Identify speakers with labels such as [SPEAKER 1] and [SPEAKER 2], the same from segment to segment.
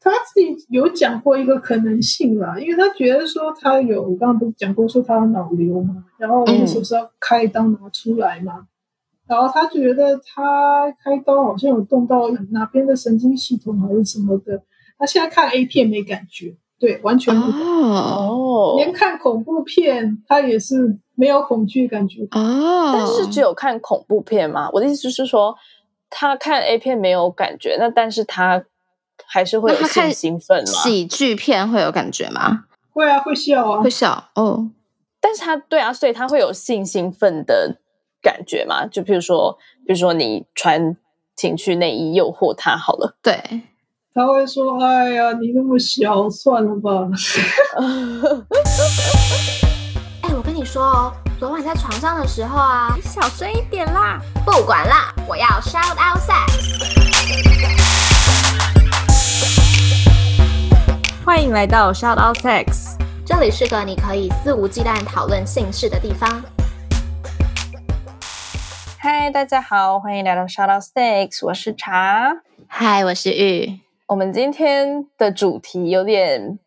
[SPEAKER 1] 他自己有讲过一个可能性啦，因为他觉得说他有，我刚刚不是讲过说他有脑瘤嘛，然后那时候是要开刀拿出来嘛，然后他觉得他开刀好像有动到哪边的神经系统还是什么的，他现在看 A 片没感觉，对，完全不感觉
[SPEAKER 2] 哦
[SPEAKER 1] 连看恐怖片他也是没有恐惧感觉，
[SPEAKER 2] 哦，
[SPEAKER 3] 但是只有看恐怖片吗？我的意思是说，他看 A 片没有感觉，那但是他还是会
[SPEAKER 2] 那
[SPEAKER 3] 有
[SPEAKER 2] 他
[SPEAKER 3] 性
[SPEAKER 2] 看
[SPEAKER 3] 兴奋吗？
[SPEAKER 2] 哦喜剧片会有感觉吗？
[SPEAKER 1] 会啊会笑啊
[SPEAKER 2] 会，笑哦，
[SPEAKER 3] 但是他对啊，所以他会有性兴奋的感觉嘛？就比如说，比如说你穿情趣内衣诱惑他好了，
[SPEAKER 2] 对，
[SPEAKER 1] 他会说哎呀你那么小算了吧，
[SPEAKER 4] 哎、我跟你说哦，昨晚在床上的时候啊，
[SPEAKER 5] 你小声一点啦！
[SPEAKER 4] 不管啦，我要 shout out sex。
[SPEAKER 5] 欢迎来到 Shout Out Sex，
[SPEAKER 4] 这里是个你可以肆无忌惮讨论性事的地方。
[SPEAKER 3] 嗨，大家好，欢迎来到 Shout Out Six，我是茶。
[SPEAKER 2] 嗨，我是玉，
[SPEAKER 3] 我们今天的主题有点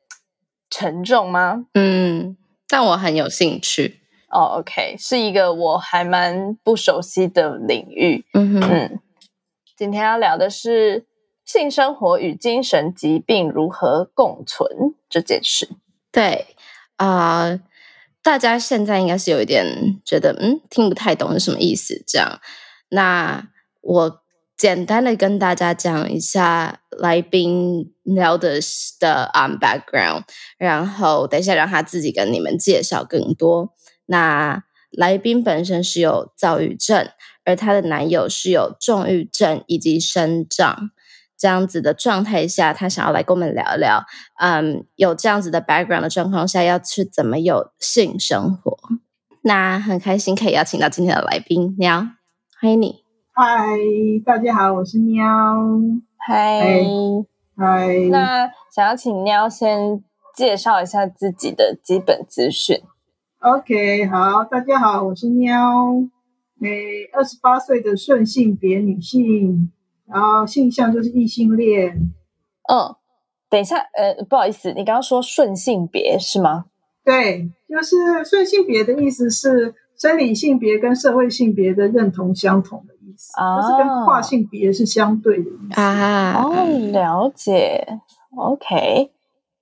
[SPEAKER 3] 沉重吗？
[SPEAKER 2] 嗯，但我很有兴趣，
[SPEAKER 3] 哦、o k 是一个我还蛮不熟悉的领域。
[SPEAKER 2] 嗯哼，
[SPEAKER 3] 嗯，今天要聊的是性生活与精神疾病如何共存这件事。
[SPEAKER 2] 对啊、呃大家现在应该是有一点觉得，嗯，听不太懂是什么意思。这样，那我简单的跟大家讲一下来宾聊的的 um background，然后等一下让他自己跟你们介绍更多。那来宾本身是有躁郁症，而她的男友是有重郁症以及生长这样子的状态下，她想要来跟我们聊聊。嗯，有这样子的 background 的状况下，要去怎么有性生活？那很开心可以邀请到今天的来宾喵，欢迎你。
[SPEAKER 1] 嗨大家好我是喵，
[SPEAKER 3] 嗨、
[SPEAKER 1] 嗨嗨，
[SPEAKER 3] 那想要请喵先介绍一下自己的基本资讯。
[SPEAKER 1] OK，好，大家好，我是喵，诶，二十八岁的顺性别女性，然后性向就是异性恋，
[SPEAKER 3] 嗯，等一下，呃，不好意思，你刚刚说顺性别是吗？
[SPEAKER 1] 对，就是顺性别的意思是生理性别跟社会性别的认同相同的意思，
[SPEAKER 3] 哦
[SPEAKER 1] 就是跟跨性别是相对的意思。
[SPEAKER 2] 啊
[SPEAKER 3] 哦，了解。OK，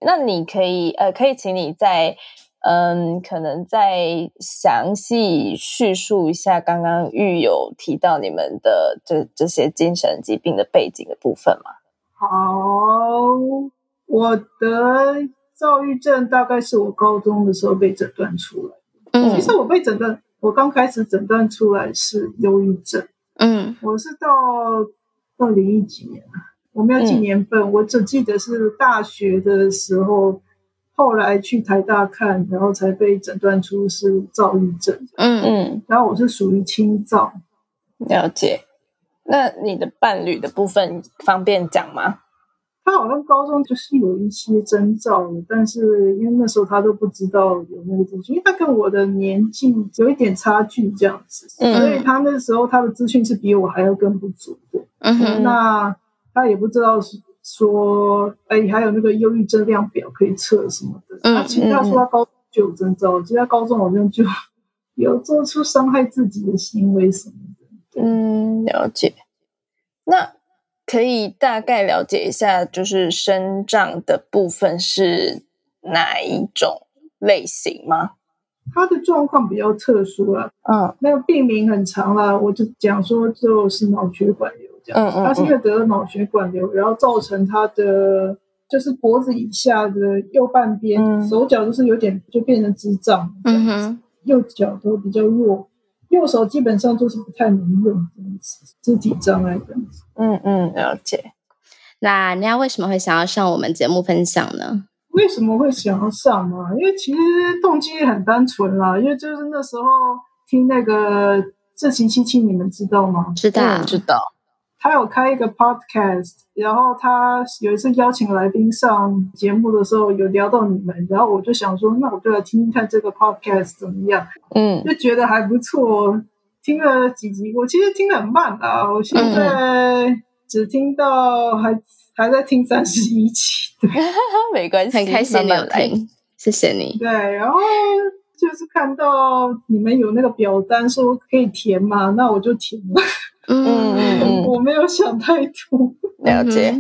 [SPEAKER 3] 那你可以呃，可以请你再嗯，可能再详细叙述一下刚刚玉有提到你们的这这些精神疾病的背景的部分吗？
[SPEAKER 1] 好，我得躁郁症大概是我高中的时候被诊断出来，其
[SPEAKER 2] 嗯
[SPEAKER 1] 实我被诊断，我刚开始诊断出来是忧郁症。
[SPEAKER 2] 嗯
[SPEAKER 1] 我是到到零一几年啊，我没有记年份，我只记得是大学的时候，后来去台大看，然后才被诊断出是躁郁症，
[SPEAKER 2] 嗯
[SPEAKER 3] 嗯，
[SPEAKER 1] 然后我是属于轻躁。
[SPEAKER 3] 了解。那你的伴侣的部分方便讲吗？
[SPEAKER 1] 他好像高中就是有一些征兆的，但是因为那时候他都不知道有那个资讯，因为他跟我的年纪有一点差距这样子，
[SPEAKER 3] 嗯
[SPEAKER 1] 所以他那时候他的资讯是比我还要更不足的。
[SPEAKER 2] 嗯
[SPEAKER 3] 嗯
[SPEAKER 2] 哼
[SPEAKER 1] 那他也不知道是说，哎，还有那个忧郁症量表可以测什么的。
[SPEAKER 2] 嗯
[SPEAKER 1] 他其实他说他高中就有征兆，其实他高中好像就有做出伤害自己的行为什么的。
[SPEAKER 3] 嗯，了解。那可以大概了解一下，就是生长的部分是哪一种类型吗？
[SPEAKER 1] 他的状况比较特殊啦，
[SPEAKER 3] 嗯
[SPEAKER 1] 那个病名很长啦，我就讲说就是脑血管瘤这样。
[SPEAKER 3] 嗯嗯
[SPEAKER 1] 他是因为得了脑血管瘤，然后造成他的就是脖子以下的右半边、
[SPEAKER 3] 嗯
[SPEAKER 1] 手脚就是有点就变成智障。
[SPEAKER 2] 嗯哼
[SPEAKER 1] 右脚都比较弱，右手基本上就是不太能用这样子，肢体障碍这样子。
[SPEAKER 3] 嗯嗯，了解。
[SPEAKER 2] 那你要为什么会想要上我们节目分享呢？
[SPEAKER 1] 为什么会想要上啊？因为其实动机很单纯啦，因为就是那时候听那个自行七七，你们知道吗？
[SPEAKER 2] 知道
[SPEAKER 3] 嗯，知道。
[SPEAKER 1] 他有开一个 podcast，然后他有一次邀请来宾上节目的时候，有聊到你们，然后我就想说，那我就来听听看这个 podcast 怎么样。
[SPEAKER 3] 嗯
[SPEAKER 1] 就觉得还不错。听了几集，我其实听得很慢啊，我现在只听到还、还在听三十一期， 对
[SPEAKER 3] 没关系，
[SPEAKER 2] 很开心你
[SPEAKER 3] 慢
[SPEAKER 2] 有
[SPEAKER 3] 慢来。
[SPEAKER 2] 听，谢谢你。
[SPEAKER 1] 对，然后就是看到你们有那个表单说可以填嘛，那我就填了，
[SPEAKER 3] 嗯 嗯
[SPEAKER 1] 我没有想太多。
[SPEAKER 3] 了解。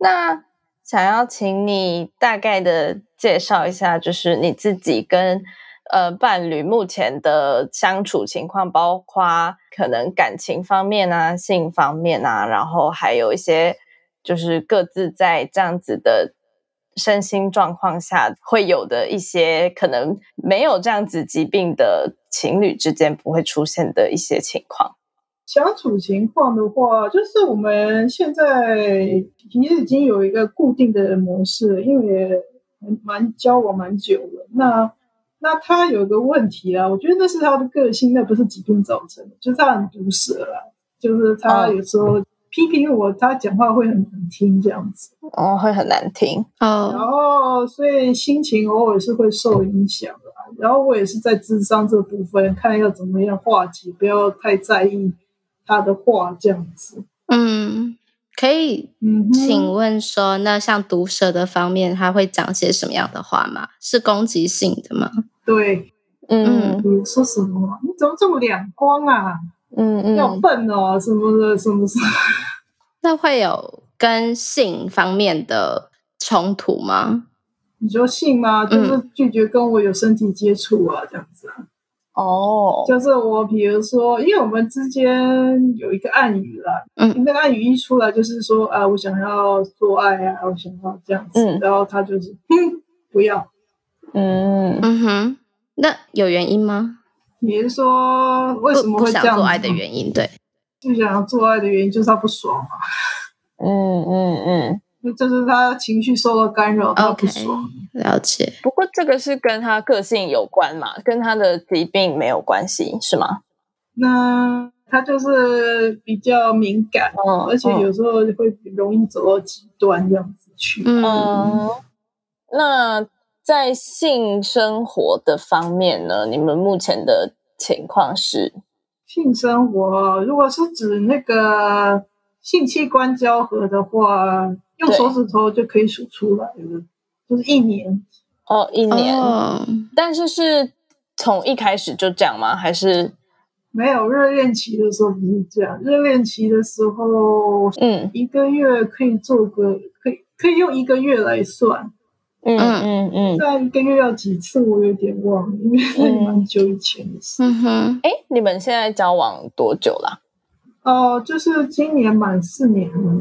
[SPEAKER 3] 那想要请你大概的介绍一下，就是你自己跟呃伴侣目前的相处情况，包括可能感情方面啊、性方面啊，然后还有一些就是各自在这样子的。身心状况下会有的一些可能没有这样子疾病的情侣之间不会出现的一些情况。
[SPEAKER 1] 相处情况的话，就是我们现在其实已经有一个固定的模式了，因为也蛮交往蛮久了。那那他有个问题啊，我觉得那是他的个性，那不是疾病造成的，就是他很毒舌啦，就是他有时候批评我，他讲话会很难听这样子，
[SPEAKER 3] 哦，会很难听。
[SPEAKER 1] 然
[SPEAKER 2] 哦，
[SPEAKER 1] 后所以心情偶尔是会受影响的啊。然后我也是在智商这部分看要怎么样化解，不要太在意他的话这样子。
[SPEAKER 2] 嗯，可以
[SPEAKER 1] 嗯哼，
[SPEAKER 2] 请问说，那像毒蛇的方面，它会讲些什么样的话吗？是攻击性的吗？
[SPEAKER 1] 对，
[SPEAKER 3] 嗯
[SPEAKER 1] 比如说什么？你怎么这么两光啊？
[SPEAKER 3] 嗯嗯，
[SPEAKER 1] 要笨哦，什么的， 什么什么？
[SPEAKER 2] 那会有跟性方面的冲突吗？
[SPEAKER 1] 你说性
[SPEAKER 2] 嗯
[SPEAKER 1] 吗？就是拒绝跟我有身体接触啊，这样子啊。
[SPEAKER 3] 哦，
[SPEAKER 1] 就是我，比如说，因为我们之间有一个暗语啦，
[SPEAKER 2] 嗯
[SPEAKER 1] 那个暗语一出来就是说啊，我想要做爱啊，我想要这样子，
[SPEAKER 3] 嗯
[SPEAKER 1] 然后他就是哼，不要。
[SPEAKER 3] 嗯
[SPEAKER 2] 嗯哼，那有原因吗？
[SPEAKER 1] 你是说为
[SPEAKER 2] 不
[SPEAKER 1] 什么
[SPEAKER 2] 不
[SPEAKER 1] 会这
[SPEAKER 2] 想
[SPEAKER 1] 样？
[SPEAKER 2] 做爱的原因，对，
[SPEAKER 1] 因，就想要做爱的原因就是他不爽嘛，
[SPEAKER 3] 嗯嗯嗯。
[SPEAKER 1] 那就是他情绪受到干扰，他不爽。
[SPEAKER 2] 了解。
[SPEAKER 3] 不过这个是跟他个性有关嘛，跟他的疾病没有关系，是吗？
[SPEAKER 1] 那他就是比较敏感，
[SPEAKER 3] 嗯
[SPEAKER 1] 而且有时候会容易走到极端这样子去。
[SPEAKER 3] 嗯
[SPEAKER 2] 嗯，
[SPEAKER 3] 嗯那在性生活的方面呢，你们目前的情况是
[SPEAKER 1] 性生活如果是指那个性器官交合的话，用
[SPEAKER 3] 对
[SPEAKER 1] 手指头就可以数出来了，就是一年。
[SPEAKER 3] 哦一年，
[SPEAKER 2] 哦，
[SPEAKER 3] 但是是从一开始就这样吗？还是
[SPEAKER 1] 没有热恋期的时候不是这样，热恋期的时候
[SPEAKER 3] 嗯
[SPEAKER 1] 一个月可以做个，可以可以用一个月来算，
[SPEAKER 3] 嗯嗯嗯？
[SPEAKER 1] 但一个月要几次我有点忘了，因为那
[SPEAKER 3] 嗯
[SPEAKER 1] 蛮久以前的事。
[SPEAKER 2] 嗯哼，
[SPEAKER 3] 哎、你们现在交往多久啦？
[SPEAKER 1] 哦、就是今年满四年了。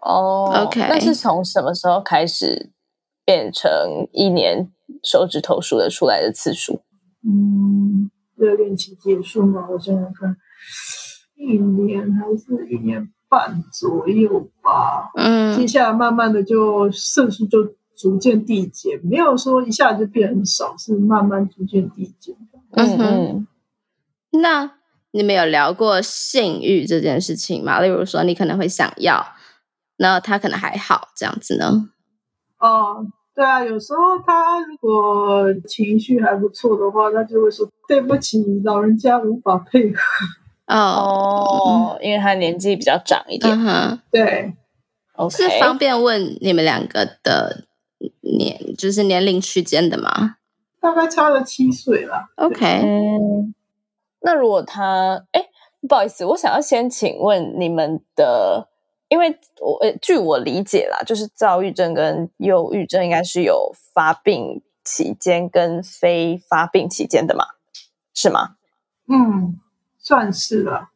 [SPEAKER 3] 哦
[SPEAKER 2] OK
[SPEAKER 3] 那是从什么时候开始变成一年手指头数得出来的次数？
[SPEAKER 1] 嗯，热恋期结束嘛，我想想看，一年还是一年半左右吧。接
[SPEAKER 2] 嗯
[SPEAKER 1] 下来慢慢的就次数就逐渐递减，没有说一下就变很少，是慢慢逐渐递减。
[SPEAKER 2] 嗯哼。
[SPEAKER 3] 嗯
[SPEAKER 2] 那你们有聊过性欲这件事情吗？例如说，你可能会想要，那他可能还好这样子呢。
[SPEAKER 1] 哦，对啊，有时候他如果情绪还不错的话，他就会说对不起，老人家无法配合。
[SPEAKER 2] 哦，
[SPEAKER 3] 哦，因为他年纪比较长一点、
[SPEAKER 2] 嗯哼，
[SPEAKER 1] 对，
[SPEAKER 3] o
[SPEAKER 2] 是
[SPEAKER 3] k
[SPEAKER 2] 方便问你们两个的年，就是年龄区间的吗
[SPEAKER 1] 大概差了七岁啦。
[SPEAKER 2] ？OK，
[SPEAKER 3] 嗯，那如果他，哎，不好意思，我想要先请问你们的，因为我呃，据我理解啦，就是躁郁症跟忧郁症应该是有发病期间跟非发病期间的嘛，是吗
[SPEAKER 1] 嗯，算是了。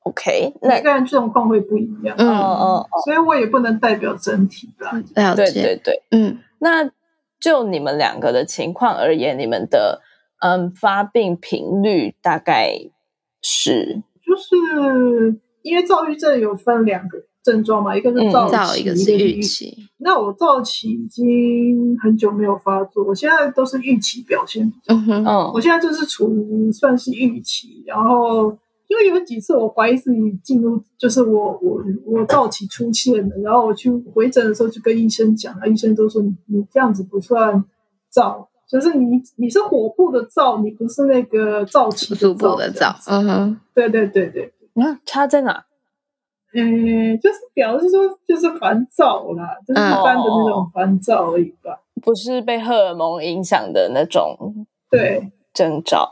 [SPEAKER 3] ？OK，那
[SPEAKER 1] 每个人状况会不一样。
[SPEAKER 2] 嗯
[SPEAKER 3] 嗯嗯，
[SPEAKER 1] 所以我也不能代表整体啦。
[SPEAKER 2] 了
[SPEAKER 3] 对
[SPEAKER 2] 解。
[SPEAKER 3] 对对。
[SPEAKER 2] 嗯
[SPEAKER 3] 那就你们两个的情况而言，你们的嗯发病频率大概是
[SPEAKER 1] 就是因为躁郁症有分两个症状嘛，一个是
[SPEAKER 3] 嗯
[SPEAKER 1] 躁期，
[SPEAKER 2] 造一个是预。期，
[SPEAKER 1] 那我躁期已经很久没有发作，我现在都是预期表现。
[SPEAKER 2] 嗯哼，
[SPEAKER 3] 嗯
[SPEAKER 1] 我现在就是处于算是预期，然后因为有几次我怀疑自己进入，就是我我我躁期出现了，然后我去回诊的时候就跟医生讲了，医生都说你你这样子不算躁，就是你你是火部的躁，你不是那个躁期
[SPEAKER 2] 足部的
[SPEAKER 1] 躁
[SPEAKER 2] 造，。嗯哼，
[SPEAKER 1] 对对对对，
[SPEAKER 3] 那差在哪？
[SPEAKER 1] 嗯，就是表示说就是烦躁啦，就是一般的那种烦躁而已吧。
[SPEAKER 3] 不是被荷尔蒙影响的那种
[SPEAKER 1] 对
[SPEAKER 3] 征兆。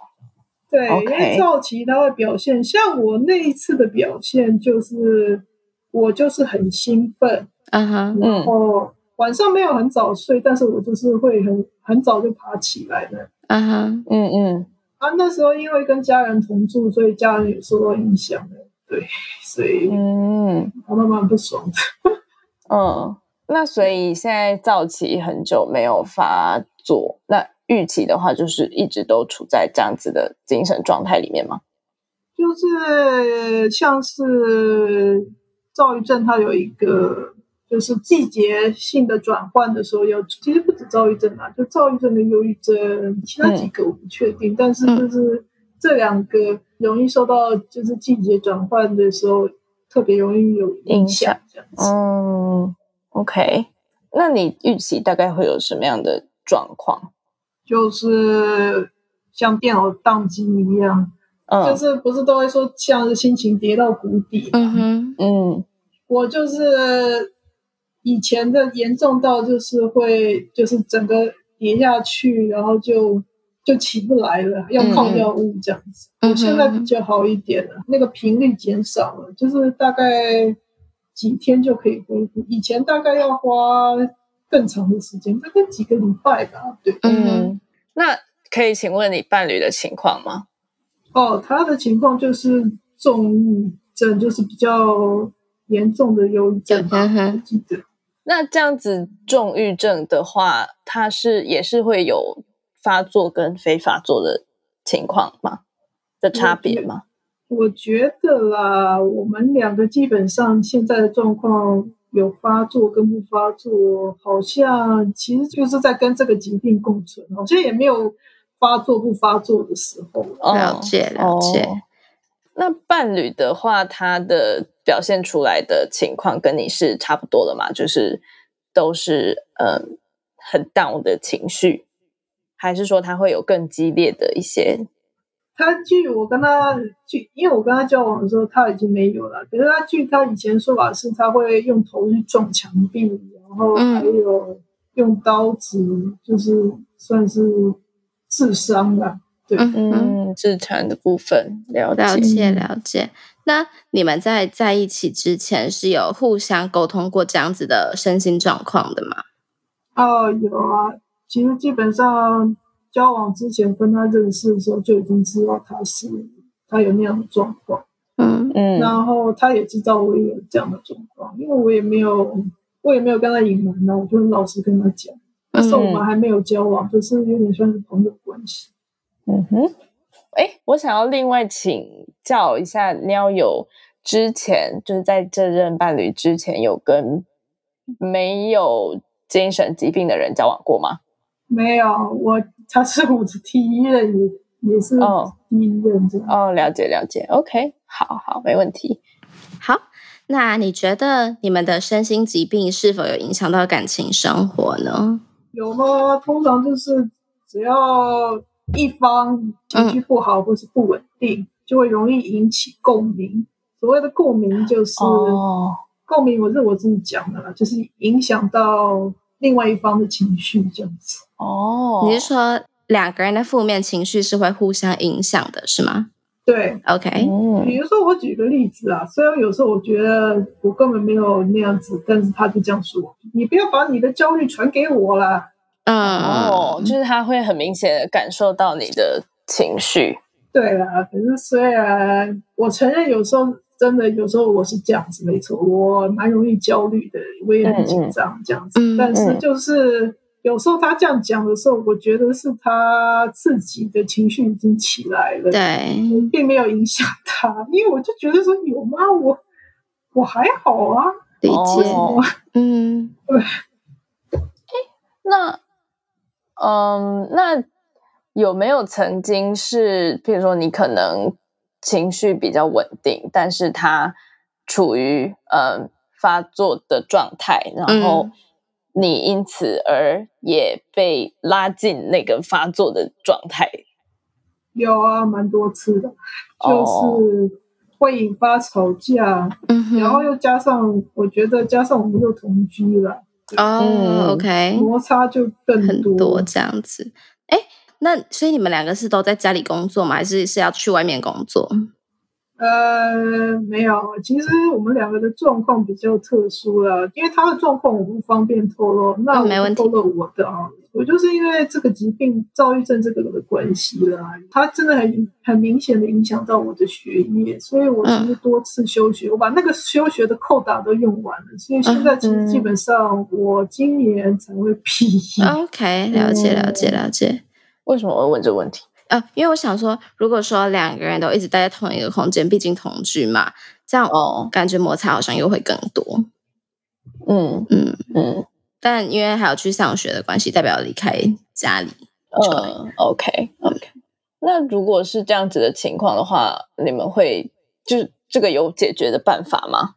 [SPEAKER 1] 对
[SPEAKER 3] OK
[SPEAKER 1] 因为躁期它会表现，像我那一次的表现就是我就是很兴奋，
[SPEAKER 2] 嗯哼，
[SPEAKER 1] 然后晚上没有很早睡，但是我就是会很很早就爬起来的。
[SPEAKER 2] 嗯哼，
[SPEAKER 3] 嗯嗯，
[SPEAKER 1] 啊，那时候因为跟家人同住，所以家人有受到影响的，对，所以
[SPEAKER 3] 嗯
[SPEAKER 1] 他们蛮不爽的。
[SPEAKER 3] 嗯，那所以现在造期很久没有发作，那预期的话就是一直都处在这样子的精神状态里面吗？
[SPEAKER 1] 就是像是躁郁症，它有一个就是季节性的转换的时候要，其实不止躁郁症啊，就躁郁症跟忧郁症，其他几个我不确定，但是就是这两个容易受到就是季节转换的时候特别容易有影响，这样子。
[SPEAKER 3] 嗯，OK，那你预期大概会有什么样的状况？
[SPEAKER 1] 就是像电脑宕机一样，
[SPEAKER 3] 嗯，
[SPEAKER 1] 就是不是都会说像是心情跌到谷底嘛，
[SPEAKER 2] 嗯哼，
[SPEAKER 3] 嗯
[SPEAKER 1] 我就是以前的严重到就是会就是整个跌下去，然后就就起不来了，要靠药物这样子。
[SPEAKER 2] 嗯嗯嗯
[SPEAKER 1] 我现在比较好一点了，那个频率减少了，就是大概几天就可以恢复，以前大概要花更长的时间，大概几个礼拜吧。对，
[SPEAKER 2] 嗯哼，
[SPEAKER 3] 嗯，那可以请问你伴侣的情况吗？
[SPEAKER 1] 哦，他的情况就是重郁症，就是比较严重的忧郁症吧，
[SPEAKER 2] 嗯哼
[SPEAKER 1] 我记得。
[SPEAKER 3] 那这样子重郁症的话，它是也是会有发作跟非发作的情况吗？的差别吗？
[SPEAKER 1] 我觉得啦，我们两个基本上现在的状况有发作跟不发作，好像其实就是在跟这个疾病共存，好像也没有发作不发作的时候。
[SPEAKER 3] 哦
[SPEAKER 2] 了解了解
[SPEAKER 3] 哦那伴侣的话，他的表现出来的情况跟你是差不多的嘛？就是都是嗯很 down 的情绪，还是说他会有更激烈的一些？
[SPEAKER 1] 他据我跟他据，因为我跟他交往的时候他已经没有了，可是他据他以前说法是，他会用头去撞墙壁，然后还有用刀子，就是算是刺伤了。
[SPEAKER 2] 嗯哼，
[SPEAKER 3] 嗯，自残的部分了解。
[SPEAKER 2] 了解了解。那你们在在一起之前是有互相沟通过这样子的身心状况的吗？
[SPEAKER 1] 哦，有啊，其实基本上交往之前跟他认识的时候就已经知道他是他有那样的状况，
[SPEAKER 2] 嗯
[SPEAKER 3] 嗯
[SPEAKER 1] 然后他也知道我也有这样的状况，因为我也没有我也没有跟他隐瞒啊，我就很老实跟他讲，那时候我们还没有交往，就是有点像是朋友关系。
[SPEAKER 3] 嗯哼，哎，我想要另外请教一下喵友，之前就是在这任伴侣之前有跟没有精神疾病的人交往过吗？
[SPEAKER 1] 没有，我他是我的第一任，也也是
[SPEAKER 3] 哦
[SPEAKER 1] 第一任这样。
[SPEAKER 3] 哦，了解了解，OK，好好，没问题。
[SPEAKER 2] 好，那你觉得你们的身心疾病是否有影响到感情生活呢？
[SPEAKER 1] 有吗？通常就是只要一方情绪不好或是不稳定，就会容易引起共鸣。所谓的共鸣就是、
[SPEAKER 3] 哦，
[SPEAKER 1] 共鸣，我是我自己讲的啦，就是影响到另外一方的情绪这样子。
[SPEAKER 3] 哦，
[SPEAKER 2] 你是说两个人的负面情绪是会互相影响的，是吗
[SPEAKER 1] 对，
[SPEAKER 2] ？OK，
[SPEAKER 1] 比
[SPEAKER 3] 嗯
[SPEAKER 1] 如说我举个例子啊，虽然有时候我觉得我根本没有那样子，但是他就这样说：“你不要把你的焦虑传给我啦。
[SPEAKER 2] 嗯，
[SPEAKER 3] 哦，就是他会很明显的感受到你的情绪，”
[SPEAKER 1] 对啦，可是虽然我承认有时候真的有时候我是这样子，没错，我蛮容易焦虑的，我也很紧张这样子。
[SPEAKER 2] 嗯嗯嗯
[SPEAKER 1] 但是就是有时候他这样讲的时候，我觉得是他自己的情绪已经起来了，
[SPEAKER 2] 对，
[SPEAKER 1] 并没有影响他，因为我就觉得说有吗？我我还好啊，
[SPEAKER 2] 理解，
[SPEAKER 3] 哦
[SPEAKER 2] 嗯
[SPEAKER 3] 那，嗯，那有没有曾经是，譬如说你可能情绪比较稳定，但是他处于嗯发作的状态，然后
[SPEAKER 2] 嗯
[SPEAKER 3] 你因此而也被拉进那个发作的状态？
[SPEAKER 1] 有啊，蛮多次的，
[SPEAKER 3] 哦
[SPEAKER 1] 就是会引发吵架，
[SPEAKER 2] 嗯哼，
[SPEAKER 1] 然后又加上我觉得加上我们又同居了，
[SPEAKER 2] 哦
[SPEAKER 3] 嗯
[SPEAKER 2] ，OK，
[SPEAKER 1] 摩擦就更
[SPEAKER 2] 很
[SPEAKER 1] 多。
[SPEAKER 2] 多这样子。哎，那所以你们两个是都在家里工作吗？还是是要去外面工作？
[SPEAKER 3] 嗯
[SPEAKER 1] 呃，没有，其实我们两个的状况比较特殊了，因为他的状况我不方便透露，那
[SPEAKER 2] 嗯没
[SPEAKER 1] 我
[SPEAKER 2] 问
[SPEAKER 1] 就
[SPEAKER 2] 题
[SPEAKER 1] 透露我的啊。我就是因为这个疾病，躁郁症这个的关系啦，它真的很很明显的影响到我的学业，所以我其
[SPEAKER 2] 嗯
[SPEAKER 1] 实多次休学，我把那个休学的扣打都用完了，所以现在其实
[SPEAKER 2] 嗯
[SPEAKER 1] 基本上我今年才会 毕业。
[SPEAKER 2] 哦 OK，了解
[SPEAKER 3] 嗯
[SPEAKER 2] 了解了解。
[SPEAKER 3] 为什么我会问这个问题？
[SPEAKER 2] 呃，因为我想说，如果说两个人都一直待在同一个空间，毕竟同居嘛，这样
[SPEAKER 3] 哦
[SPEAKER 2] 感觉摩擦好像又会更多。
[SPEAKER 3] 嗯
[SPEAKER 2] 嗯，
[SPEAKER 3] 嗯
[SPEAKER 2] 但因为还有去上学的关系，代表离开家里。
[SPEAKER 3] 嗯，OK OK。那如果是这样子的情况的话，你们会就是这个有解决的办法吗？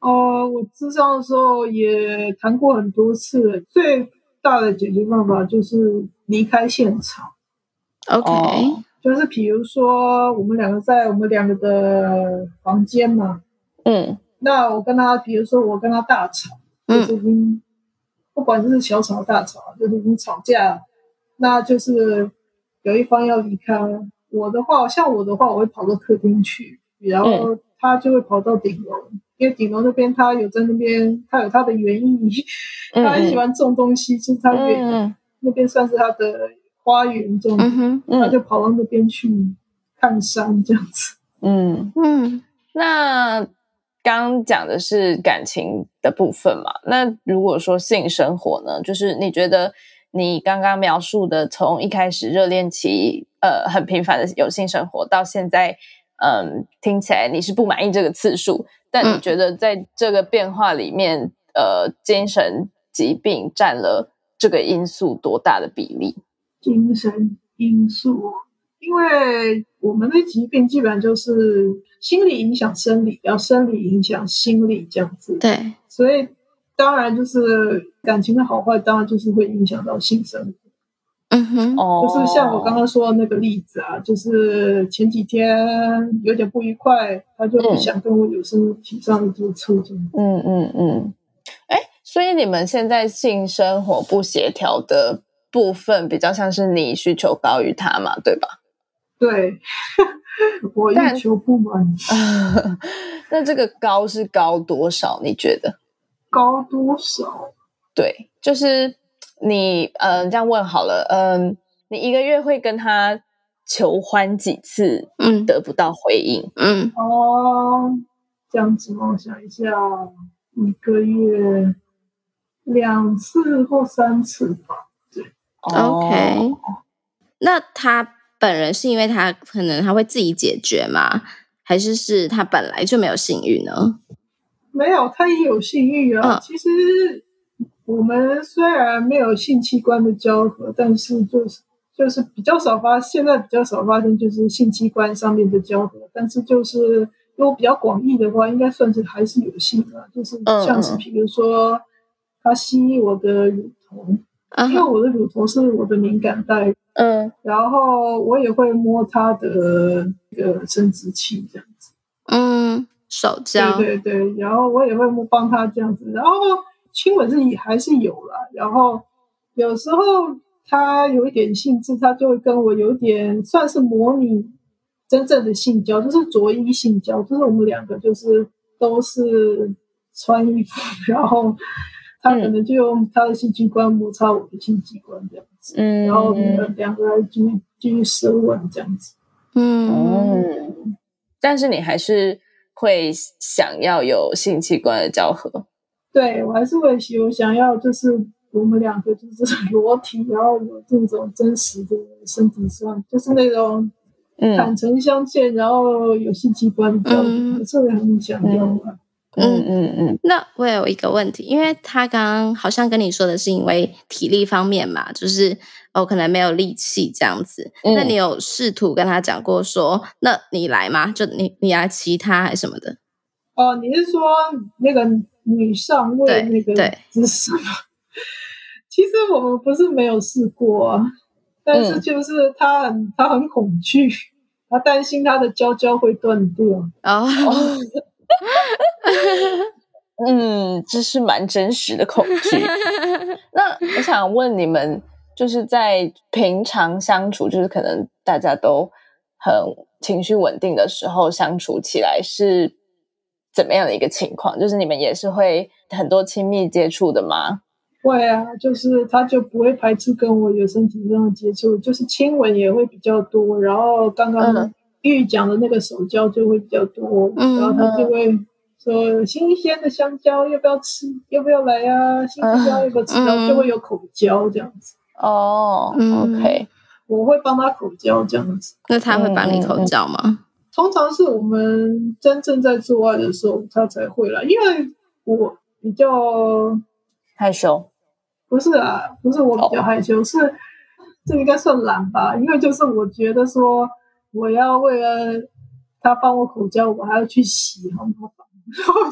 [SPEAKER 1] 哦，我智商的时候也谈过很多次了，最大的解决办法就是离开现场。
[SPEAKER 2] OK，、
[SPEAKER 3] 哦
[SPEAKER 1] 就是比如说，我们两个在我们两个的房间嘛，
[SPEAKER 3] 嗯
[SPEAKER 1] 那我跟他，比如说我跟他大吵，就
[SPEAKER 2] 嗯
[SPEAKER 1] 是已经不管是小吵大吵，就是已经吵架，那就是有一方要离开。哎我的话，像我的话，我会跑到客厅去，然后他就会跑到顶楼，因为顶楼那边他有在那边，他有他的园艺，
[SPEAKER 3] 嗯
[SPEAKER 1] 他很喜欢种东西，就是他园、
[SPEAKER 3] 嗯
[SPEAKER 1] 那边算是他的花园这样子。
[SPEAKER 2] 嗯哼，
[SPEAKER 1] 他
[SPEAKER 3] 嗯
[SPEAKER 1] 就跑到那边去看山这样子。
[SPEAKER 3] 嗯，
[SPEAKER 2] 嗯，
[SPEAKER 3] 那刚刚讲的是感情的部分嘛？那如果说性生活呢，就是你觉得你刚刚描述的，从一开始热恋期，呃，很频繁的有性生活，到现在，嗯，听起来你是不满意这个次数，但你
[SPEAKER 2] 嗯
[SPEAKER 3] 觉得在这个变化里面，呃，精神疾病占了这个因素多大的比例？
[SPEAKER 1] 精神因素，因为我们的疾病基本上就是心理影响生理，然后生理影响心理这样子。，
[SPEAKER 2] 对，
[SPEAKER 1] 所以当然就是感情的好坏，当然就是会影响到性生
[SPEAKER 2] 嗯哼，
[SPEAKER 3] 哦
[SPEAKER 1] 活。就是像我刚刚说的那个例子啊，就是前几天有点不愉快，他就不想跟我有身体上的接触，这样
[SPEAKER 3] 嗯嗯嗯，哎、所以你们现在性生活不协调的部分，比较像是你需求高于他嘛，对吧？
[SPEAKER 1] 对， 我
[SPEAKER 3] 但
[SPEAKER 1] 欲求不满。
[SPEAKER 3] 那这个高是高多少？你觉得？
[SPEAKER 1] 高多少？
[SPEAKER 3] 对，就是你，嗯、这样问好了，嗯、你一个月会跟他求欢几次，
[SPEAKER 2] 嗯
[SPEAKER 3] 得不到回应？
[SPEAKER 2] 嗯
[SPEAKER 1] 哦，这样子吗？我想一下，一个月两次或三次吧。
[SPEAKER 3] 哦
[SPEAKER 2] ，OK。那他本人是因为他可能他会自己解决吗？还是是他本来就没有性欲呢？
[SPEAKER 1] 没有，他也有性欲啊。
[SPEAKER 2] 嗯
[SPEAKER 1] 其实我们虽然没有性器官的交合，但是就是就是比较少发，现在比较少发生就是性器官上面的交合，但是就是如果比较广义的话，应该算是还是有性啊，就是
[SPEAKER 3] 嗯
[SPEAKER 1] 像是
[SPEAKER 3] 嗯
[SPEAKER 1] 比如说他吸我的乳头。
[SPEAKER 2] 嗯
[SPEAKER 1] 因为
[SPEAKER 2] 哼，
[SPEAKER 1] 我的乳头是我的敏感带，
[SPEAKER 3] 嗯
[SPEAKER 1] 然后我也会摸它的那个生殖器这样子，
[SPEAKER 2] 嗯，手交，
[SPEAKER 1] 对对对，然后我也会摸帮它这样子，然后亲吻是也还是有啦，然后有时候它有一点兴致，它就会跟我有点算是模拟真正的性交，就是着衣性交，就是我们两个就是都是穿衣服，然后它可能就用它的性器官摩擦我的性器官这样子。
[SPEAKER 3] 嗯，
[SPEAKER 1] 然后你们两个人继续继续舌吻这样子。
[SPEAKER 2] 嗯，
[SPEAKER 3] 嗯，但是你还是会想要有性器官的交合。
[SPEAKER 1] 对我还是会喜我想要就是我们两个就是裸体，然后有这种真实的身体上，就是那种
[SPEAKER 3] 嗯，
[SPEAKER 1] 坦诚相见，然后有性器官的交流，
[SPEAKER 2] 嗯
[SPEAKER 1] 还是会很想要啊。
[SPEAKER 3] 嗯嗯嗯，
[SPEAKER 2] 那我有一个问题，因为他刚刚好像跟你说的是因为体力方面嘛，就是哦可能没有力气这样子。
[SPEAKER 3] 嗯
[SPEAKER 2] 那你有试图跟他讲过说，那你来吗？就你你来骑他还是什么的？
[SPEAKER 1] 哦，你是说那个女上位
[SPEAKER 2] 对
[SPEAKER 1] 那个
[SPEAKER 2] 对
[SPEAKER 1] 姿势吗？ 其实我们不是没有试过啊，但是
[SPEAKER 3] 嗯
[SPEAKER 1] 就是他很、他很恐惧，他担心他的胶胶会断掉。
[SPEAKER 2] 哦，
[SPEAKER 3] 嗯，这是蛮真实的恐 惧。那我想问你们，就是在平常相处，就是可能大家都很情绪稳定的时候，相处起来是怎么样的一个情况？就是你们也是会很多亲密接触的吗？
[SPEAKER 1] 会啊，就是他就不会排斥跟我有身体上的接触，就是亲吻也会比较多，然后刚刚
[SPEAKER 3] 嗯
[SPEAKER 1] 玉讲的那个手交就会比较多，
[SPEAKER 2] 嗯
[SPEAKER 1] 然后他就会说新鲜的香蕉要不要吃，要不要来啊？新香蕉要不要吃？
[SPEAKER 2] 嗯
[SPEAKER 1] 然后就会有口交这样子，
[SPEAKER 3] 哦、
[SPEAKER 2] 嗯
[SPEAKER 3] o k
[SPEAKER 1] 我会帮他口交这样子。
[SPEAKER 2] 那他会帮你口罩吗？
[SPEAKER 1] 通常是我们真正在做爱的时候，他才会来，因为我比较
[SPEAKER 3] 害羞。
[SPEAKER 1] 不是啊，不是我比较害羞，是这应该算懒吧？因为就是我觉得说，我要为了他帮我口交，我还要去洗，好麻烦。 然后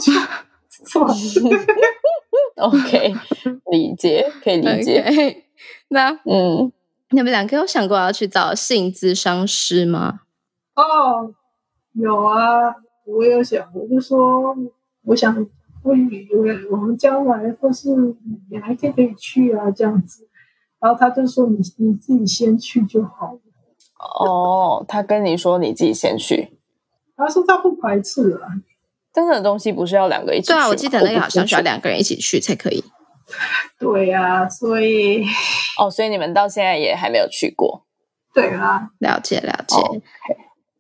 [SPEAKER 1] 我就这么
[SPEAKER 3] OK，理解，可以理解。
[SPEAKER 2] OK 那
[SPEAKER 3] 嗯，
[SPEAKER 2] 你们两个有想过要去找性咨商师吗？
[SPEAKER 1] 哦，有啊，我有想，我就说我想问你，我们将来或是你还可以可以去啊，这样子。然后他就说你你自己先去就好了。
[SPEAKER 3] 哦，他跟你说你自己先去，
[SPEAKER 1] 他说他不排斥啊，
[SPEAKER 3] 真正的东西不是要两个一起去
[SPEAKER 2] 对
[SPEAKER 3] 吗？
[SPEAKER 2] 啊，我记得那个好像需
[SPEAKER 3] 我不清
[SPEAKER 2] 要
[SPEAKER 3] 楚
[SPEAKER 2] 两个人一起去才可以。
[SPEAKER 1] 对呀、啊，所以
[SPEAKER 3] 哦，所以你们到现在也还没有去过。
[SPEAKER 1] 对啊啦、
[SPEAKER 2] 了解了解。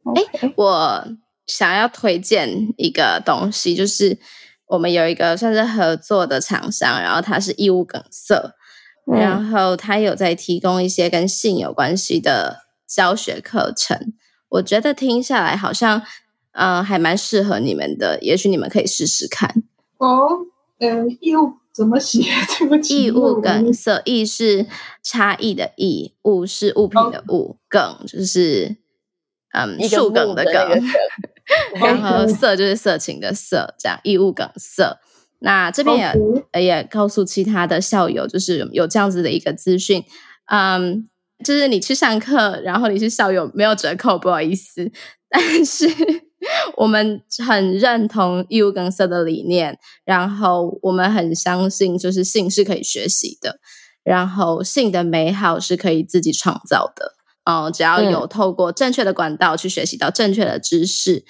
[SPEAKER 3] 哦，哎、
[SPEAKER 2] 我想要推荐一个东西，就是我们有一个算是合作的厂商，然后它是义务梗塞，
[SPEAKER 3] 嗯
[SPEAKER 2] 然后它有在提供一些跟性有关系的教学课程。我觉得听下来好像，嗯、还蛮适合你们的，也许你们可以试试看。
[SPEAKER 1] 哦，呃，义务怎么写？对不起，
[SPEAKER 3] 嗯
[SPEAKER 2] 义务梗
[SPEAKER 1] 跟
[SPEAKER 2] 塞，义是差异的义，物是物品的物，梗就是嗯
[SPEAKER 3] 哦一个
[SPEAKER 2] 树梗
[SPEAKER 3] 木
[SPEAKER 2] 的
[SPEAKER 3] 的那个
[SPEAKER 2] 梗。然后
[SPEAKER 1] OK
[SPEAKER 2] 色就是色情的色，这样义务梗色。那这边
[SPEAKER 3] 哦
[SPEAKER 2] 也
[SPEAKER 1] OK
[SPEAKER 2] 呃也告诉其他的校友，就是有这样子的一个资讯，嗯，就是你去上课，然后你去校友没有折扣，不好意思， 但是我们很认同义务梗色的理念，然后我们很相信，就是性是可以学习的，然后性的美好是可以自己创造的。嗯，只要
[SPEAKER 3] 嗯
[SPEAKER 2] 有透过正确的管道去学习到正确的知识，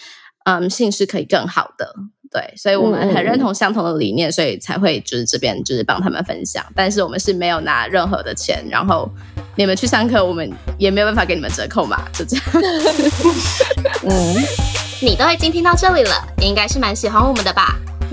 [SPEAKER 2] 嗯，性是可以更好的。对，所以我们
[SPEAKER 3] 嗯嗯
[SPEAKER 2] 很认
[SPEAKER 3] 嗯
[SPEAKER 2] 同相同的理念，所以才会就是这边就是帮他们分享。但是我们是没有拿任何的钱，然后你们去上课，我们也没有办法给你们折扣嘛，就这样。
[SPEAKER 3] 嗯，
[SPEAKER 4] 你都已经听到这里了，应该是蛮喜欢我们的吧？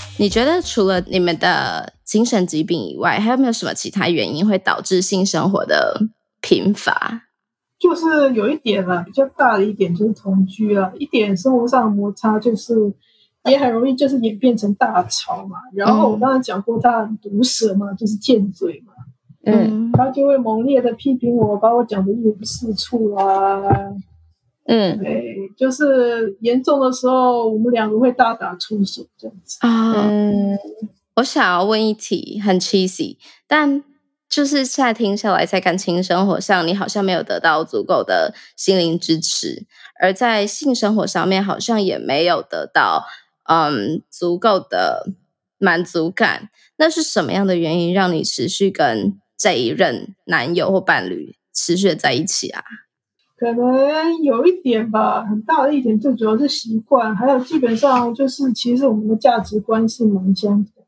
[SPEAKER 2] 你觉得除了你们的精神疾病以外，还有没有什么其他原因会导致性生活的贫乏？
[SPEAKER 1] 就是有一点啦，比较大的一点就是同居啦，一点生活上的摩擦，就是也很容易就是演变成大吵嘛。然后我
[SPEAKER 2] 嗯
[SPEAKER 1] 刚才讲过，他很毒舌嘛，就是贱嘴嘛，
[SPEAKER 3] 嗯
[SPEAKER 1] 他就会猛烈的批评我，把我讲的一无是处啊。
[SPEAKER 3] 嗯，
[SPEAKER 1] 对，就是严重的时候，我们两个会大打出手这样子。
[SPEAKER 2] 啊、
[SPEAKER 4] 哦
[SPEAKER 3] 嗯，
[SPEAKER 2] 我想要问一题，很 cheesy，但就是现在听下来，在感情生活上，你好像没有得到足够的心灵支持，而在性生活上面，好像也没有得到嗯足够的满足感。那是什么样的原因让你持续跟这一任男友或伴侣持续地在一起啊？
[SPEAKER 1] 可能有一点吧，很大的一点，最主要是习惯，还有基本上就是，其实我们的价值观是蛮相同，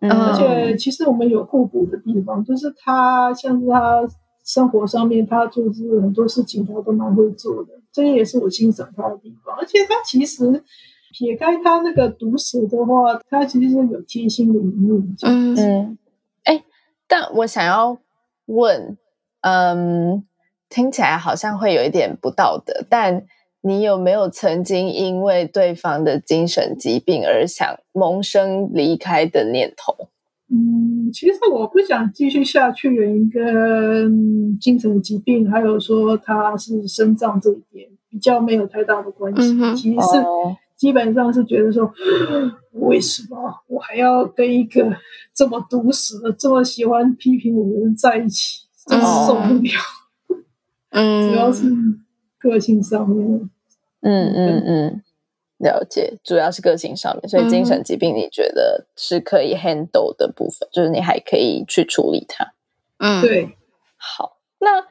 [SPEAKER 3] 嗯
[SPEAKER 1] 而且其实我们有互补的地方，就是他像是他生活上面，他就是很多事情他都蛮会做的，这也是我欣赏他的地方。而且他其实撇开他那个毒舌的话，他其实有贴心的一面。
[SPEAKER 2] 嗯
[SPEAKER 3] 嗯，哎，但我想要问，嗯，听起来好像会有一点不道德，但你有没有曾经因为对方的精神疾病而想萌生离开的念头？
[SPEAKER 1] 嗯，其实我不想继续下去，原因跟精神疾病，还有说他是生障这一点比较没有太大的关系。
[SPEAKER 2] 嗯哼
[SPEAKER 1] 其实是、
[SPEAKER 3] 哦
[SPEAKER 1] 基本上是觉得说，为什么我还要跟一个这么毒舌、这么喜欢批评我的人在一起？真
[SPEAKER 3] 哦
[SPEAKER 1] 是受不了。
[SPEAKER 2] 嗯，
[SPEAKER 1] 主要是个性上面，
[SPEAKER 3] 嗯嗯嗯，了解，主要是个性上面，所以精神疾病你觉得是可以 handle 的部分，就是你还可以去处理它。
[SPEAKER 2] 嗯，
[SPEAKER 1] 对，
[SPEAKER 3] 好，那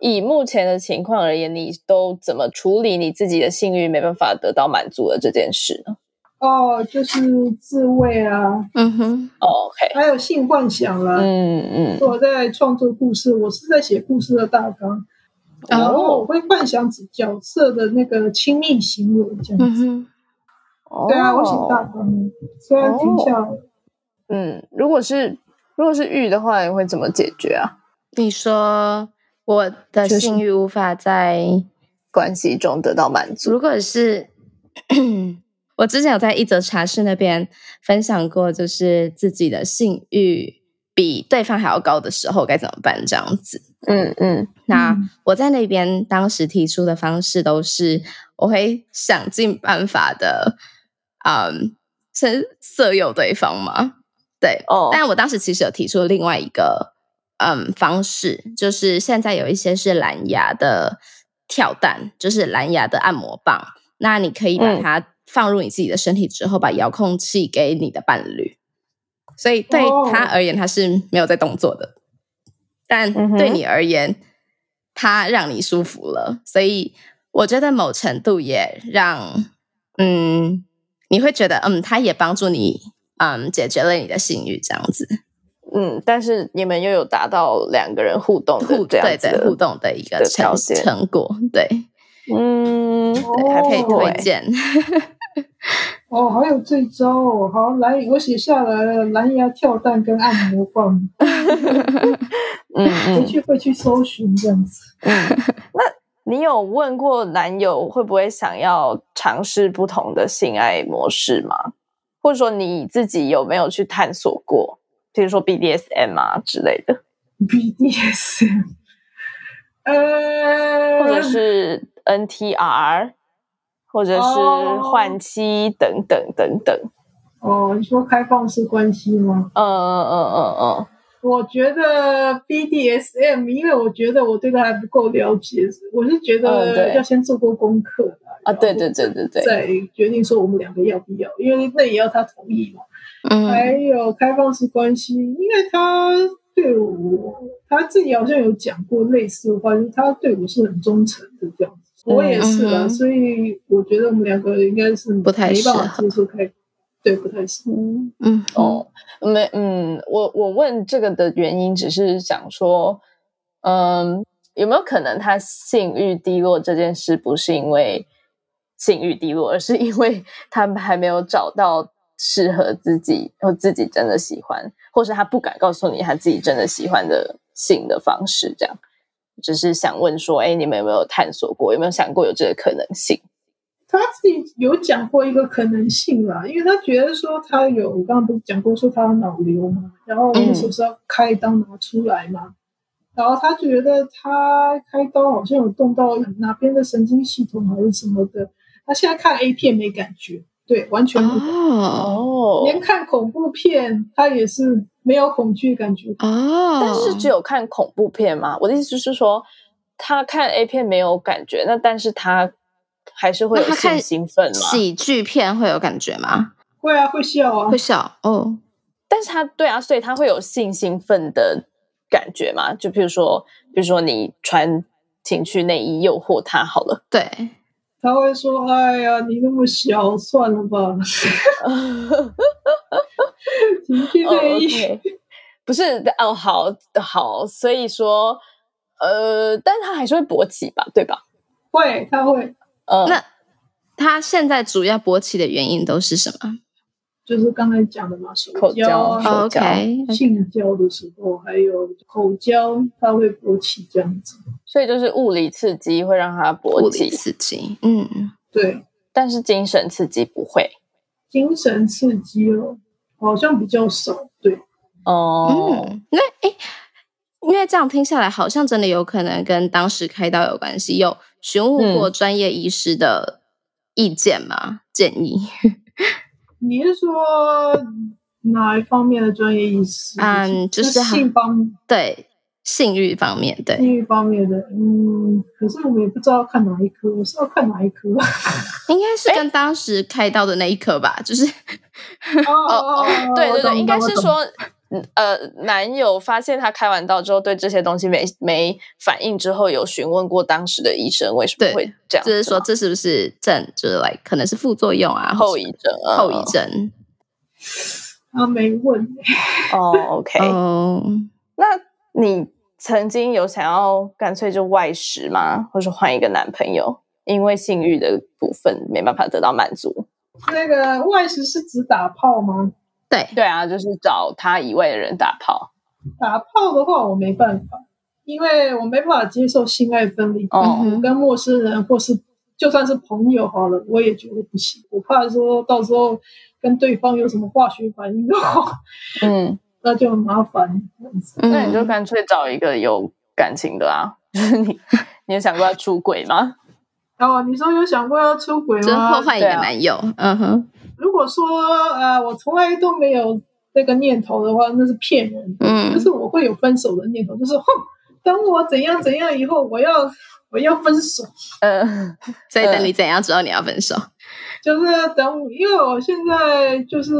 [SPEAKER 3] 以目前的情况而言，你都怎么处理你自己的性欲没办法得到满足的这件事呢
[SPEAKER 1] 哦，就是自慰啊，
[SPEAKER 2] 嗯哼，
[SPEAKER 3] ？OK，
[SPEAKER 1] 还有性幻想啦、
[SPEAKER 3] 嗯嗯，
[SPEAKER 1] 我在创作故事，我是在写故事的大
[SPEAKER 3] 哦
[SPEAKER 1] 纲，然后我会幻想角色的那个亲密行为这样
[SPEAKER 2] 嗯
[SPEAKER 1] 子。
[SPEAKER 2] 哼，
[SPEAKER 1] 对啊，我写
[SPEAKER 3] 哦
[SPEAKER 1] 大纲，虽然挺小，
[SPEAKER 3] 嗯，如果是如果是欲的话，你会怎么解决啊？
[SPEAKER 2] 你说我的
[SPEAKER 3] 就是
[SPEAKER 2] 性欲无法在，
[SPEAKER 3] 关系中得到满足，
[SPEAKER 2] 如果是我之前有在一则茶室那边分享过，就是自己的性欲比对方还要高的时候该怎么办这样子。
[SPEAKER 3] 嗯嗯
[SPEAKER 2] 那我在那边当时提出的方式都是，我会想尽办法的，嗯，先色诱对方嘛。对，
[SPEAKER 3] 哦
[SPEAKER 2] 但我当时其实有提出另外一个嗯方式，就是现在有一些是蓝牙的跳蛋，就是蓝牙的按摩棒，那你可以把
[SPEAKER 3] 嗯
[SPEAKER 2] 它放入你自己的身体之后，把遥控器给你的伴侣。所以对
[SPEAKER 1] 哦
[SPEAKER 2] 他而言，他是没有在动作的，但
[SPEAKER 3] 嗯哼
[SPEAKER 2] 对你而言，他让你舒服了，所以我觉得某程度也让嗯，你会觉得嗯，他也帮助你嗯解决了你的性欲这样子，
[SPEAKER 3] 嗯，但是你们又有达到两个人互动
[SPEAKER 2] 互
[SPEAKER 3] 的这
[SPEAKER 2] 对
[SPEAKER 3] 样子
[SPEAKER 2] 对
[SPEAKER 3] 的
[SPEAKER 2] 互，动的一个
[SPEAKER 3] 的
[SPEAKER 2] 成
[SPEAKER 3] 条件
[SPEAKER 2] 成果，对，
[SPEAKER 3] 嗯，
[SPEAKER 1] 哦
[SPEAKER 3] 还
[SPEAKER 2] 可
[SPEAKER 3] 可
[SPEAKER 2] 以
[SPEAKER 3] 以
[SPEAKER 2] 推
[SPEAKER 3] 推荐，
[SPEAKER 2] 荐，
[SPEAKER 1] 哦，还有这招哦，好，来，我写下来了，蓝牙跳蛋跟按摩棒，
[SPEAKER 3] 嗯
[SPEAKER 1] 回
[SPEAKER 3] 嗯
[SPEAKER 1] 去会去搜寻这样子。
[SPEAKER 3] 嗯。那你有问过男友会不会想要尝试不同的性爱模式吗？或者说你自己有没有去探索过，比如说 BDSM 啊之类的？
[SPEAKER 1] BDSM，呃，
[SPEAKER 3] 或者是 NTR，或者是
[SPEAKER 1] 哦
[SPEAKER 3] 换妻等等等等。
[SPEAKER 1] 哦，你说开放式关系吗？
[SPEAKER 3] 嗯嗯嗯嗯
[SPEAKER 1] 我觉得 BDSM，因为我觉得我对它还不够了解，我是觉
[SPEAKER 3] 嗯对
[SPEAKER 1] 得要先做过功课的、
[SPEAKER 3] 啊，对对对对对，
[SPEAKER 1] 再决定说我们两个要不要，因为那也要他同意嘛。还
[SPEAKER 2] 嗯
[SPEAKER 1] 有开放式关系，因为他对我，他自己好像有讲过类似的话，就是他对我是很忠诚的这样子，
[SPEAKER 3] 嗯
[SPEAKER 1] 我也是
[SPEAKER 2] 嗯
[SPEAKER 1] 啦，
[SPEAKER 2] 哼
[SPEAKER 1] 所以我觉得我们两个应该是
[SPEAKER 2] 不太
[SPEAKER 1] 没办
[SPEAKER 2] 适
[SPEAKER 1] 法
[SPEAKER 2] 合
[SPEAKER 1] 接受太，对，不太适合。
[SPEAKER 3] 嗯
[SPEAKER 2] 嗯
[SPEAKER 3] 哦，没嗯，我我问这个的原因只是想说，嗯，有没有可能他性欲低落这件事不是因为性欲低落，而是因为 他还没有找到适合自己或自己真的喜欢，或是他不敢告诉你他自己真的喜欢的性的方式，这样。只是想问说，哎，你们有没有探索过？有没有想过有这个可能性？
[SPEAKER 1] 他自己有讲过一个可能性啦，因为他觉得说他有，我刚刚不是讲过说他有脑瘤嘛，然后那个时候是要开刀拿出来嘛，然后他觉得他开刀好像有动到哪边的神经系统还是什么的，他现在看 A 片没感觉，对，完全不，
[SPEAKER 2] 哦
[SPEAKER 3] 哦
[SPEAKER 1] 连看恐怖片他也是没有恐惧感觉，
[SPEAKER 2] 哦，
[SPEAKER 3] 但是只有看恐怖片吗？我的意思是说，他看 A 片没有感觉，那但是他还是会
[SPEAKER 2] 那
[SPEAKER 3] 有
[SPEAKER 2] 他看
[SPEAKER 3] 性兴奋嘛？
[SPEAKER 2] 喜剧片会有感觉吗？
[SPEAKER 1] 会啊会笑啊
[SPEAKER 2] 会，笑哦，
[SPEAKER 3] 但是他对啊，所以他会有性兴奋的感觉嘛？就比如说，比如说你穿情趣内衣诱惑他好了，
[SPEAKER 2] 对，
[SPEAKER 1] 他会说哎呀你那么小算了吧， 情绪内衣。
[SPEAKER 3] 哦，OK 不是哦，好好，所以说，呃，但他还是会勃起吧，对吧？
[SPEAKER 1] 会，他会，
[SPEAKER 3] 嗯，
[SPEAKER 2] 那他现在主要勃起的原因都是什么？
[SPEAKER 1] 就是刚才讲的嘛，手
[SPEAKER 3] 口
[SPEAKER 1] 交
[SPEAKER 3] 交
[SPEAKER 1] 啊、
[SPEAKER 3] 哎手
[SPEAKER 2] 哦 OK，
[SPEAKER 1] 性交的时候，还有口交，它会勃起这样子。
[SPEAKER 3] 所以就是物理刺激会让它勃
[SPEAKER 2] 物理
[SPEAKER 3] 起，
[SPEAKER 2] 刺激，嗯，
[SPEAKER 1] 对，
[SPEAKER 3] 但是精神刺激不会。
[SPEAKER 1] 精神刺激哦，好像比较少。对，
[SPEAKER 3] 哦，
[SPEAKER 2] 嗯，那诶，因为这样听下来，好像真的有可能跟当时开刀有关系。有询
[SPEAKER 3] 嗯
[SPEAKER 2] 问过专业医师的意见吗？建议
[SPEAKER 1] 你是说哪一方面的专业意识？
[SPEAKER 2] 嗯就是
[SPEAKER 1] 性方
[SPEAKER 2] 对性欲方面，对，
[SPEAKER 1] 性欲方面的。嗯，可是我们也不知道看哪一科，我是要看哪一 科。
[SPEAKER 3] 哦
[SPEAKER 2] 应该是跟当时开刀的那一刻吧，就是
[SPEAKER 1] 哦
[SPEAKER 3] 对对对，应该是。
[SPEAKER 1] 我懂我懂
[SPEAKER 3] 说，嗯呃，男友发现她开完刀之后对这些东西没没反应之后，有询问过当时的医生为什么
[SPEAKER 2] 对
[SPEAKER 3] 会这样子
[SPEAKER 2] 就
[SPEAKER 3] 吗，
[SPEAKER 2] 是说这是不是症，就是来可能是副作用啊，
[SPEAKER 3] 后遗症，嗯
[SPEAKER 2] 后遗。症
[SPEAKER 1] 他啊没问，
[SPEAKER 3] 哦，OK，
[SPEAKER 2] 哦。
[SPEAKER 3] 那你曾经有想要干脆就外食吗？或是换一个男朋友？因为性欲的部分没办法得到满足。
[SPEAKER 1] 那个外食是指打炮吗？
[SPEAKER 2] 对，
[SPEAKER 3] 对啊，就是找他以外的人打炮。
[SPEAKER 1] 打炮的话，我没办法，因为我没办法接受性爱分离。
[SPEAKER 3] 哦
[SPEAKER 2] 嗯哼
[SPEAKER 1] 跟陌生人或是就算是朋友好了，我也觉得不行。我怕说到时候跟对方有什么化学反应的话，
[SPEAKER 3] 嗯，
[SPEAKER 1] 那就很麻烦。这样子
[SPEAKER 3] 那你就
[SPEAKER 2] 嗯
[SPEAKER 3] 干脆找一个有感情的啊。就是你，你有想过要出轨吗？
[SPEAKER 1] 然后哦你说有想过要出轨
[SPEAKER 2] 就是
[SPEAKER 1] 吗
[SPEAKER 2] 换？换一个
[SPEAKER 3] 对啊
[SPEAKER 2] 男友，嗯哼，
[SPEAKER 1] 如果说呃我从来都没有这个念头的话，那是骗人的。就
[SPEAKER 2] 嗯
[SPEAKER 1] 是我会有分手的念头，就是哼，等我怎样怎样以后，我要我要分手，
[SPEAKER 3] 嗯，
[SPEAKER 2] 所以等你怎样之后你要分手，
[SPEAKER 1] 就是等我，因为我现在就是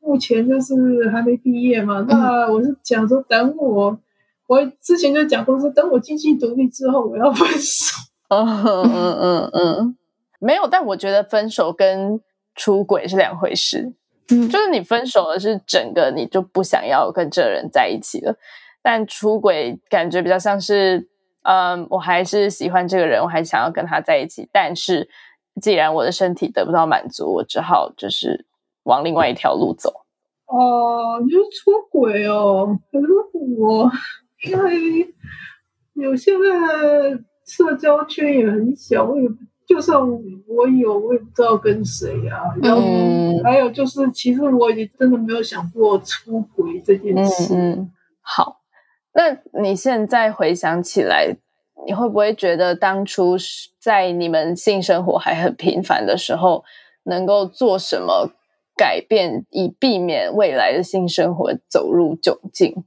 [SPEAKER 1] 目前就是还没毕业嘛，那我是讲说等我，我之前就讲过说等我经济独立之后我要分手，
[SPEAKER 3] 嗯嗯嗯嗯，没有，但我觉得分手跟出轨是两回事。
[SPEAKER 2] 嗯
[SPEAKER 3] 就是你分手了，是整个你就不想要跟这个人在一起了。但出轨感觉比较像是，嗯，我还是喜欢这个人，我还想要跟他在一起。但是既然我的身体得不到满足，我只好就是往另外一条路走。
[SPEAKER 1] 哦、你就是出轨哦，可是我因为有现在的社交圈也很小，我也不就算我有，我也不知道跟谁啊，然后。
[SPEAKER 3] 嗯
[SPEAKER 1] 还有就是，其实我也真的没有想过出轨这件
[SPEAKER 3] 嗯
[SPEAKER 1] 事。
[SPEAKER 3] 嗯，好。那你现在回想起来，你会不会觉得当初是在你们性生活还很频繁的时候，能够做什么改变，以避免未来的性生活走入窘境？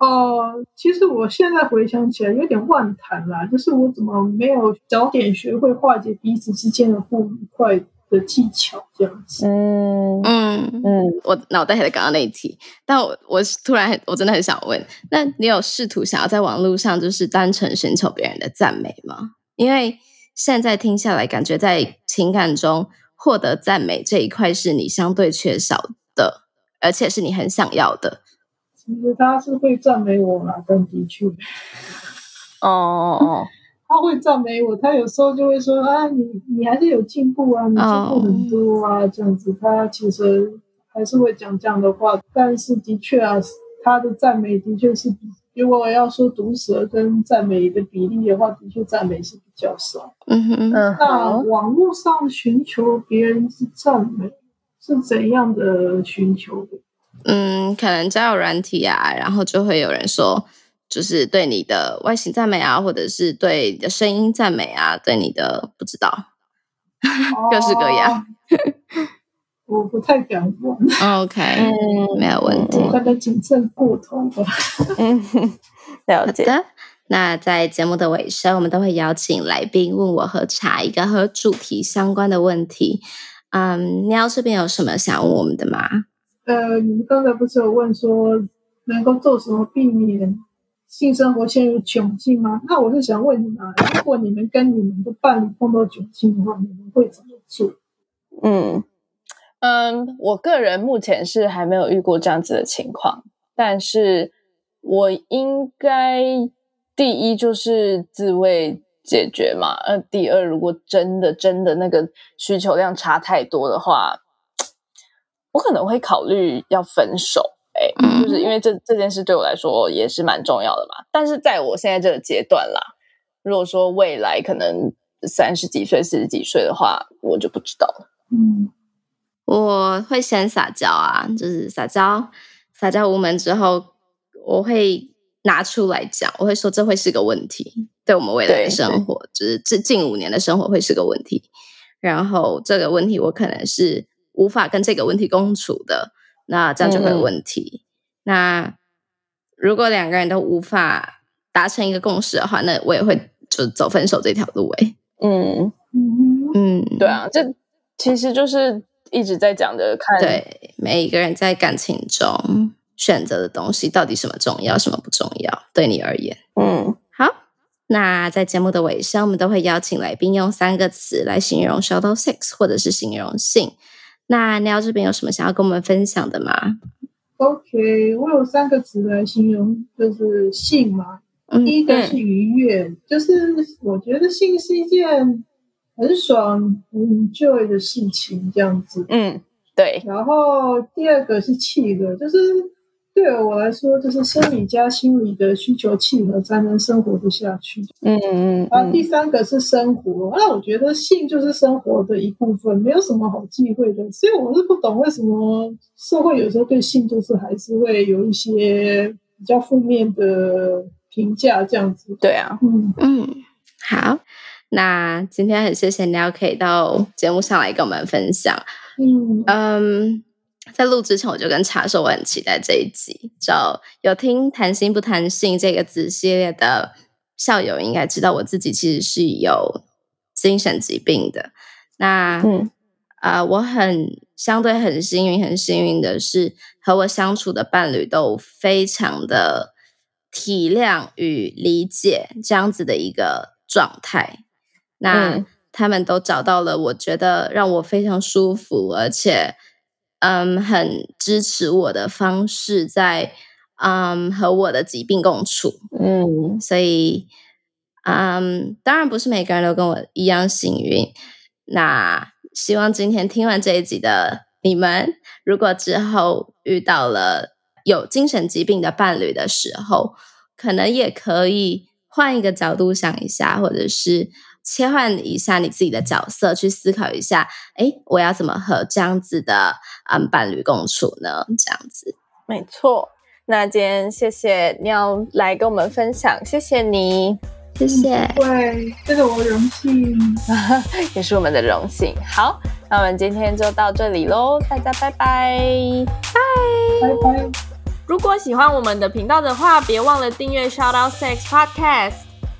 [SPEAKER 1] 哦，其实我现在回想起来有点万谈啦，就是我怎么没有早点学会化解彼此之间的不愉快的技巧这样子。
[SPEAKER 3] 嗯
[SPEAKER 2] 嗯。
[SPEAKER 3] 嗯
[SPEAKER 2] 我脑袋还在刚刚那一题，但我我是突然很我真的很想问，那你有试图想要在网络上就是单纯寻求别人的赞美吗？因为现在听下来，感觉在情感中获得赞美这一块是你相对缺少的，而且是你很想要的。
[SPEAKER 1] 其实他是会赞美我啦，但的确，
[SPEAKER 3] 哦哦哦，
[SPEAKER 1] 他会赞美我，他有时候就会说啊，你你还是有进步啊，你进步很多啊，这样子。他其实还是会讲这样的话，但是的确啊，他的赞美的确是比，如果要说毒舌跟赞美的比例的话，的确赞美是比较少。
[SPEAKER 2] 嗯哼，
[SPEAKER 3] 嗯
[SPEAKER 1] 那
[SPEAKER 3] 好，
[SPEAKER 1] 网络上寻求别人之赞美是怎样的寻求的？
[SPEAKER 2] 嗯，可能交友软体啊，然后就会有人说，就是对你的外形赞美啊，或者是对你的声音赞美啊，对你的不知道 各式各样。
[SPEAKER 1] 哦 我不太敢问，
[SPEAKER 2] ，OK，
[SPEAKER 3] 嗯
[SPEAKER 2] 没有问题。
[SPEAKER 1] 我可能谨慎过头了。
[SPEAKER 3] 嗯，了解。
[SPEAKER 2] 好的，那在节目的尾声，我们都会邀请来宾问我和查一个和主题相关的问题。嗯，喵这边有什么想问我们的吗？
[SPEAKER 1] 呃，你们刚才不是有问说能够做什么避免性生活陷入窘境吗？那我就想问你们啊，如果你们跟你们的伴侣碰到窘境的话，你们会怎么做？
[SPEAKER 3] 嗯嗯，我个人目前是还没有遇过这样子的情况，但是我应该第一就是自慰解决嘛，呃，第二如果真的真的那个需求量差太多的话，我可能会考虑要分手。哎、
[SPEAKER 2] 嗯
[SPEAKER 3] 就是因为这这件事对我来说也是蛮重要的嘛。但是在我现在这个阶段啦，如果说未来可能三十几岁、四十几岁的话，我就不知道了。
[SPEAKER 1] 嗯，
[SPEAKER 2] 我会先撒娇啊，就是撒娇，撒娇无门之后，我会拿出来讲，我会说这会是个问题，对我们未来
[SPEAKER 3] 对
[SPEAKER 2] 的生活，就是这近五年的生活会是个问题。然后这个问题我可能是无法跟这个问题共处的，那这样就会有
[SPEAKER 3] 嗯
[SPEAKER 2] 问题。那如果两个人都无法达成一个共识的话，那我也会就走分手这条路、欸。哎，
[SPEAKER 3] 嗯，
[SPEAKER 1] 嗯，
[SPEAKER 2] 嗯，
[SPEAKER 3] 对啊，这其实就是一直在讲的看，
[SPEAKER 2] 对每一个人在感情中选择的东西到底什么重要，什么不重要，对你而言。
[SPEAKER 3] 嗯，
[SPEAKER 2] 好，那在节目的尾声，我们都会邀请来宾用三个词来形容 shadow sex 或者是形容性。那喵这边有什么想要跟我们分享的吗？
[SPEAKER 1] OK，我有三个词来形容，就是性嘛。
[SPEAKER 2] 嗯
[SPEAKER 1] 第一个是愉悦，就是我觉得性是一件很爽、很 enjoy 的事情，这样子。
[SPEAKER 3] 嗯，对，
[SPEAKER 1] 然后第二个是契合，就是对我来说，就是生理加心理的需求契合，才能生活得下去。
[SPEAKER 3] 嗯嗯
[SPEAKER 1] 然后
[SPEAKER 3] 嗯
[SPEAKER 1] 第三个是生活，那我觉得性就是生活的一部分，没有什么好忌讳的。所以我是不懂为什么社会有时候对性就是还是会有一些比较负面的评价这样子。
[SPEAKER 3] 对啊，
[SPEAKER 1] 嗯，
[SPEAKER 2] 嗯，好。那今天很谢谢喵可以到节目上来跟我们分享。
[SPEAKER 1] 嗯，
[SPEAKER 2] 嗯，在录之前我就跟茶说我很期待这一集。就有听“谈心不谈性”这个子系列的校友应该知道，我自己其实是有精神疾病的。那
[SPEAKER 3] 嗯
[SPEAKER 2] 啊，我很相对很幸运，很幸运的是和我相处的伴侣都非常的体谅与理解这样子的一个状态。那、
[SPEAKER 3] 嗯
[SPEAKER 2] 他们都找到了，我觉得让我非常舒服，而且嗯很支持我的方式在嗯和我的疾病共处。
[SPEAKER 3] 嗯
[SPEAKER 2] 所以，嗯，当然不是每个人都跟我一样幸运。那希望今天听完这一集的你们，如果之后遇到了有精神疾病的伴侣的时候，可能也可以换一个角度想一下，或者是切换一下你自己的角色，去思考一下，诶，我要怎么和这样子的嗯伴侣共处呢？这样子，
[SPEAKER 3] 没错。那今天谢谢喵来跟我们分享，谢谢你，
[SPEAKER 2] 谢谢，
[SPEAKER 1] 对，这是我的荣幸。
[SPEAKER 3] 也是我们的荣幸。好，那我们今天就到这里喽，大家拜拜。
[SPEAKER 1] 拜拜。
[SPEAKER 5] 如果喜欢我们的频道的话，别忘了订阅 Shout Out Sex Podcast。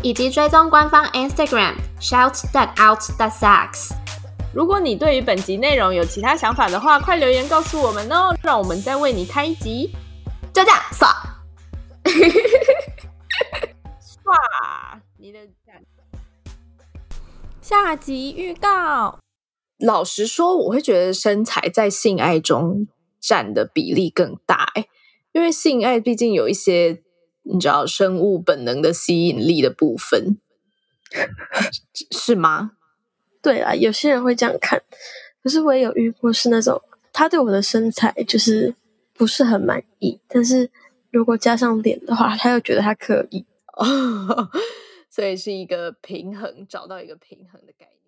[SPEAKER 4] 以及追踪官方 Instagram shout that out that sucks。
[SPEAKER 5] 如果你对于本集内容有其他想法的话，快留言告诉我们哦，让我们再为你开一集。
[SPEAKER 4] 就这样，爽。
[SPEAKER 5] 哇，你的下集预告。老实说，我会觉得身材在性爱中占的比例更大、欸，因为性爱毕竟有一些你知道生物本能的吸引力的部分，是 是 吗？
[SPEAKER 6] 对啦，有些人会这样看，可是我也有遇过是那种他对我的身材就是不是很满意，但是如果加上脸的话，他又觉得他可以。
[SPEAKER 5] 所以是一个平衡，找到一个平衡的概念。